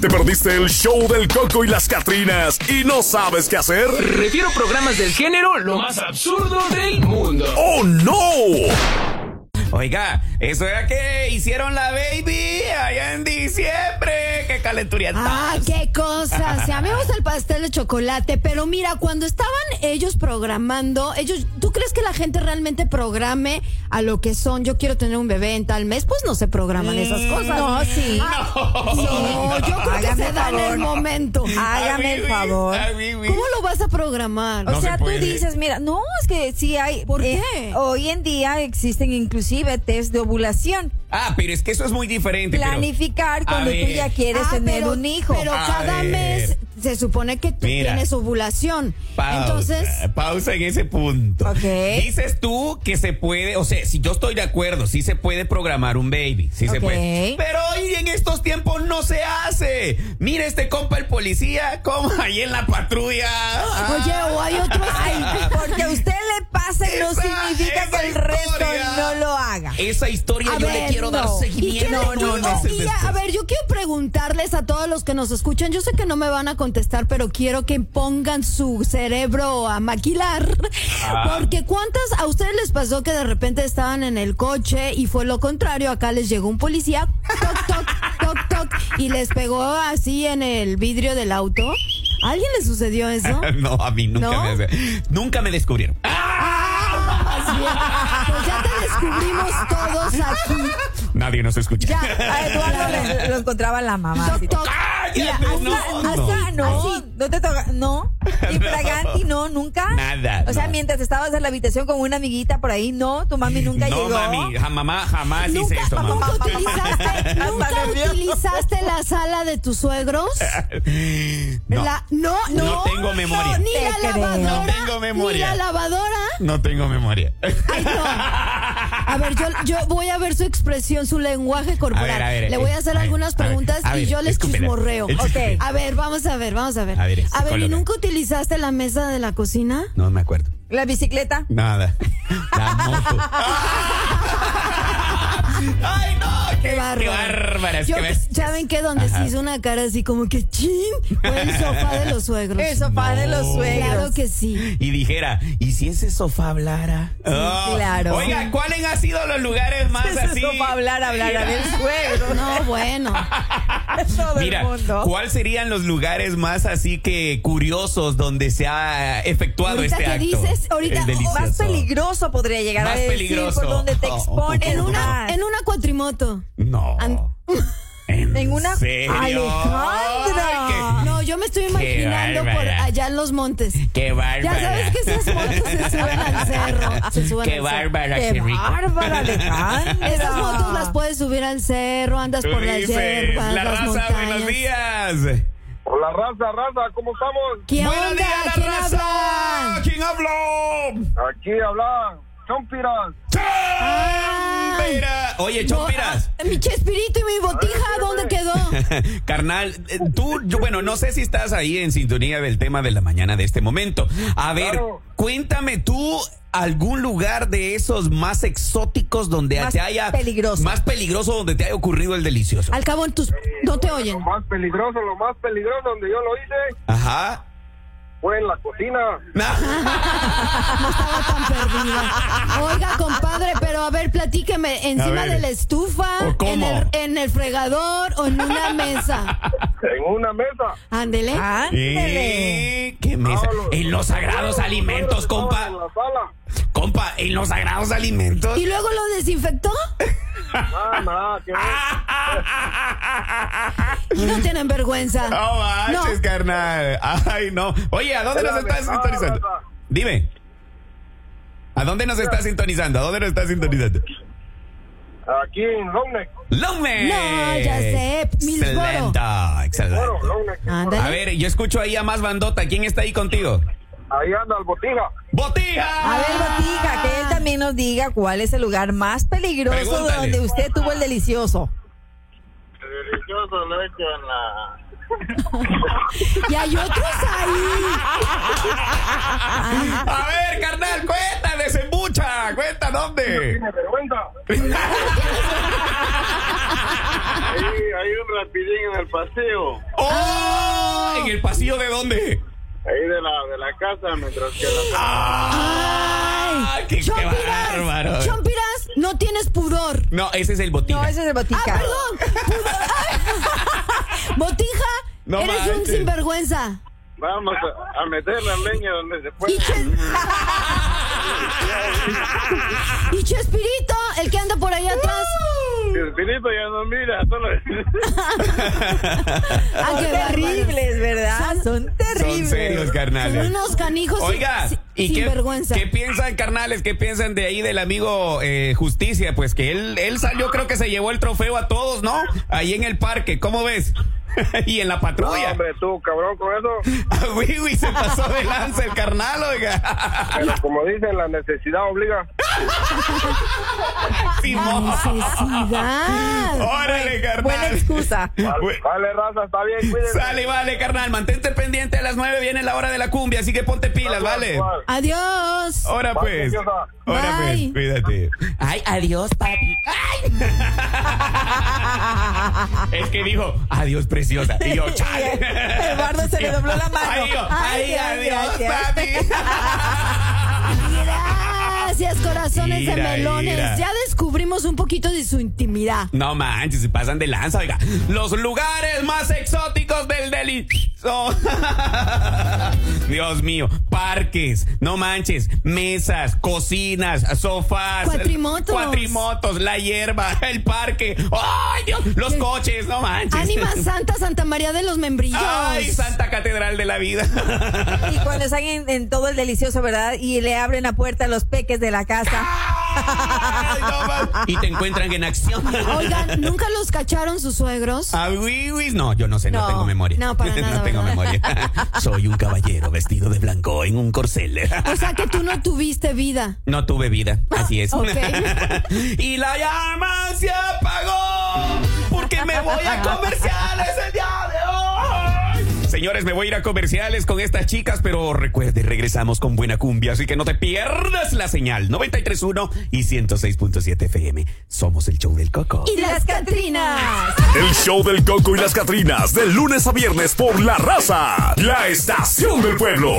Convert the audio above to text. ¿Te perdiste el show del Coco y las Catrinas y no sabes qué hacer? Refiero programas del género lo más absurdo del mundo. ¡Oh, no! Oiga, eso era que hicieron la baby allá en diciembre. ¡Qué calenturía! ¡Ay, qué cosas! Si amemos el pastel de chocolate, pero mira, cuando estaban ellos programando, ellos, ¿tú crees que la gente realmente programe a lo que son? Yo quiero tener un bebé en tal mes, pues no se programan esas cosas. Mm, No, sí. Ay, no, yo creo Hágame que se da en favor. el momento. Hágame el favor. ¿Cómo lo vas a programar? Ah, O No sea, se tú puede. dices, mira, no, es que sí hay. eh, ¿Por qué? Hoy en día existen inclusive test de ovulación. Ah, pero es que eso es muy diferente. pero- Planificar cuando A tú ver. ya quieres Ah, tener pero- un hijo. Pero A cada ver. mes se supone que tú Mira. tienes ovulación. Pausa, Entonces, pausa en ese punto. Ok. Dices tú que se puede, o sea, si yo estoy de acuerdo, sí se puede programar un baby, sí se Ok. puede. Pero hoy en estos tiempos no se hace. Mira este compa el policía, como ahí en la patrulla. oye, o hay otros. Ay, porque a usted le pasa y no Esa- significa esa que el resto historia. no lo haga. Esa historia A yo ver, le quiero dar no. seguimiento. ¿Y qué les unos digo? meses Mira, después. a ver, yo quiero preguntarles a todos los que nos escuchan. Yo sé que no me van a contestar, pero quiero que pongan su cerebro a maquilar. Ah. Porque ¿cuántas a ustedes les pasó que de repente estaban en el coche y fue lo contrario? Acá les llegó un policía, toc, toc, toc, toc, y les pegó así en el vidrio del auto. ¿A alguien le sucedió eso? No, a mí nunca ¿No? Ah. me nunca me descubrieron. Así es. Pues ya te descubrimos todos aquí. Nadie nos escucha. Ya. A Eduardo le- lo encontraba la mamá. así. Toc, toc. Cállate, Mira, no, hasta- no. hasta- no, Así. no te toca, no. Y No. Fraganti, no, nunca. Nada, O sea, no. mientras estabas en la habitación con una amiguita por ahí, no, tu mami nunca no, llegó. mami, ja- mamá jamás hice ¿Nunca, eso, mamá. nunca utilizaste, Hasta nunca nervioso. utilizaste la sala de tus suegros? Eh, No. La- no, no, No tengo memoria. ni la Te creo. lavadora. No tengo memoria. Ni la lavadora. No tengo memoria. Ay, no. A ver, yo, yo voy a ver su expresión, su lenguaje corporal. A ver, a ver, Le voy eh, a hacer a ver, algunas a ver, preguntas a y ver, yo les escúpela. chismorreo. El chisme. A ver, vamos a ver, vamos a ver. A ver, a ver ¿y psicóloga. nunca utilizaste la mesa de la cocina? No me acuerdo. La bicicleta. Nada. La moto. Ay, no, qué, Qué bárbaro. qué bárbaras. Yo, qué bestias. ¿Saben qué? Donde se hizo una cara así como que chin, fue el sofá de los suegros. El sofá de los No. suegros. Claro que sí. y dijera, ¿y si ese sofá hablara? Oh, claro. Oiga, ¿cuáles han sido los lugares más Ese así? Ah. sofá hablar, hablar, a del suegro. No, bueno. Todo Mira, el mundo. ¿cuáles serían los lugares más así que curiosos donde se ha efectuado Ahorita este que acto? dices, ahorita, El delicioso. oh, Más peligroso podría llegar Más a decir peligroso. por donde te Oh. expones. En una, más. en una cuatrimoto. No. An- ¿En, En una- serio? Alejandra. Ay, No, yo me estoy imaginando por bárbara. allá en los montes. qué, qué bárbara. Ya sabes que esas motos se suben al cerro. Se suben Qué al cerro. bárbara, qué, ¡Qué rico. bárbara, Alejandra! Esas motos las puedes subir al cerro, andas Tú por las dices, hierbas, la las raza, montañas. buenos días. Hola, raza, raza, ¿cómo estamos? ¿Qué buenos onda? días, la ¿Quién raza. habla? ¿Quién habló? Aquí habla Chompiras. Chompira. Oye, Chompiras. Ah. No, ah, mi chespirito y mi botija, ¿dónde quedó? Carnal, eh, tú, yo, bueno, no sé si estás ahí en sintonía del tema de la mañana de este momento. A ver, Claro. cuéntame tú algún lugar de esos más exóticos donde Más te haya peligroso. más peligroso donde te haya ocurrido el delicioso. Al cabo, en tus, no te oyen. Lo más peligroso, lo más peligroso donde yo lo hice Ajá. Ah, fue en la cocina. estaba tan perdida. Oiga, compadre, pero a ver, platíqueme, encima ver. de la estufa, ¿O cómo? en el, en el fregador o en una mesa. En una mesa. Ándele. Ah. Ándele. Eh, ¿Qué mesa? No, lo- En los sagrados alimentos, Estaban compa. En la sala. Compa, en los sagrados alimentos. ¿Y luego lo desinfectó? Nada, nada, que ver. Ah. No tienen vergüenza. No manches, No. carnal. Ay, no. Oye, ¿a dónde nos Espérame, estás no, sintonizando? raza. Dime. ¿A dónde nos estás sintonizando? ¿A dónde nos estás sintonizando? Aquí en Longneck. ¡Longme! No, ya sé, Milforo. Excelente, excelente. Bueno, Longneck. Ándale. A ver, yo escucho ahí a más bandota. ¿Quién está ahí contigo? Ahí anda el botija. ¡Botija! A ver, Botija, que él también nos diga cuál es el lugar más peligroso Pregúntale. donde usted tuvo el delicioso. Delicioso lo he hecho en la... Y hay otros ahí. A ver, carnal, cuenta, desembucha. Cacha, cuenta dónde. tiene vergüenza. Ahí hay un rapidín en el paseo, ¡Oh! ¿En el pasillo de dónde? ahí de la, de la casa, mientras que la... ¡Ah! ¡Qué, qué bárbaro! Chompiras, Chompiras, no tienes pudor. No, ese es el botín. No, ese es de botica. Ah, perdón. Pudor. Ay. Botija, No eres un manches. sinvergüenza. Vamos a, a meter la leña donde se puede. Y, Ches- y Chespirito, el que anda por ahí atrás. El espíritu ya no mira, solo... Ah, Son qué bárbaro. terribles, ¿verdad? Son Son terribles. serios, Son carnales. unos canijos sin- Oiga, sin, ¿y qué, vergüenza. qué piensan, carnales? ¿Qué piensan de ahí del amigo eh, Justicia? Pues que él, él salió, creo que se llevó el trofeo a todos, ¿no? Ahí en el parque, ¿cómo ves? y en la No, patrulla. hombre, tú, cabrón, con eso. Ah, güey, güey, se pasó de lanza el carnal, oiga. Pero como dicen, la necesidad obliga. Simón. Necesidad. Órale, carnal. Buena excusa. Bu- Vale, raza, está bien, cuídense. Sale, vale, carnal. Mantente pendiente a las nueve. Viene la hora de la cumbia, así que ponte pilas, ¿vale? Igual. Adiós. Ahora Bye, pues. preciosa. Ahora pues, Bye. cuídate. Ay, adiós, papi. Ay. es que dijo, adiós, preciosa. Y yo, chale. Eduardo se le dobló la mano. Ay, yo, Ay, ay, adiós, gracias. Gracias, corazones de Ira, melones. ira. Ya descubrimos un poquito de su intimidad. papi. No manches, se pasan de lanza, oiga. Los lugares más exóticos del deli. son- Dios mío, parques, no manches, mesas, cocinas, sofás, Cuatrimotos. cuatrimotos, la hierba, el parque, ay Dios, los coches, no manches. Ánima Santa, Santa María de los Membrillos. Ay, Santa Catedral de la Vida. Y cuando están en, en todo el delicioso, ¿verdad? Y le abren la puerta a los peques de la casa. Ay, no más. y te encuentran en acción. Oigan, ¿nunca los cacharon sus suegros? Ah, uy, uy, No, yo no sé, no, No, tengo memoria. no, para nada, no tengo ¿verdad? memoria. Soy un caballero vestido de blanco en un corcel. O sea que tú no tuviste vida. No tuve vida, así es. Ok. y la llama se apagó porque me voy a comerciales el día de hoy. Señores, me voy a ir a comerciales con estas chicas, pero recuerde, regresamos con buena cumbia, así que no te pierdas la señal 931 y 106.7 FM. Somos el show del Coco. Y las Catrinas. El show del Coco y las Catrinas, de lunes a viernes por La Raza, la estación del pueblo.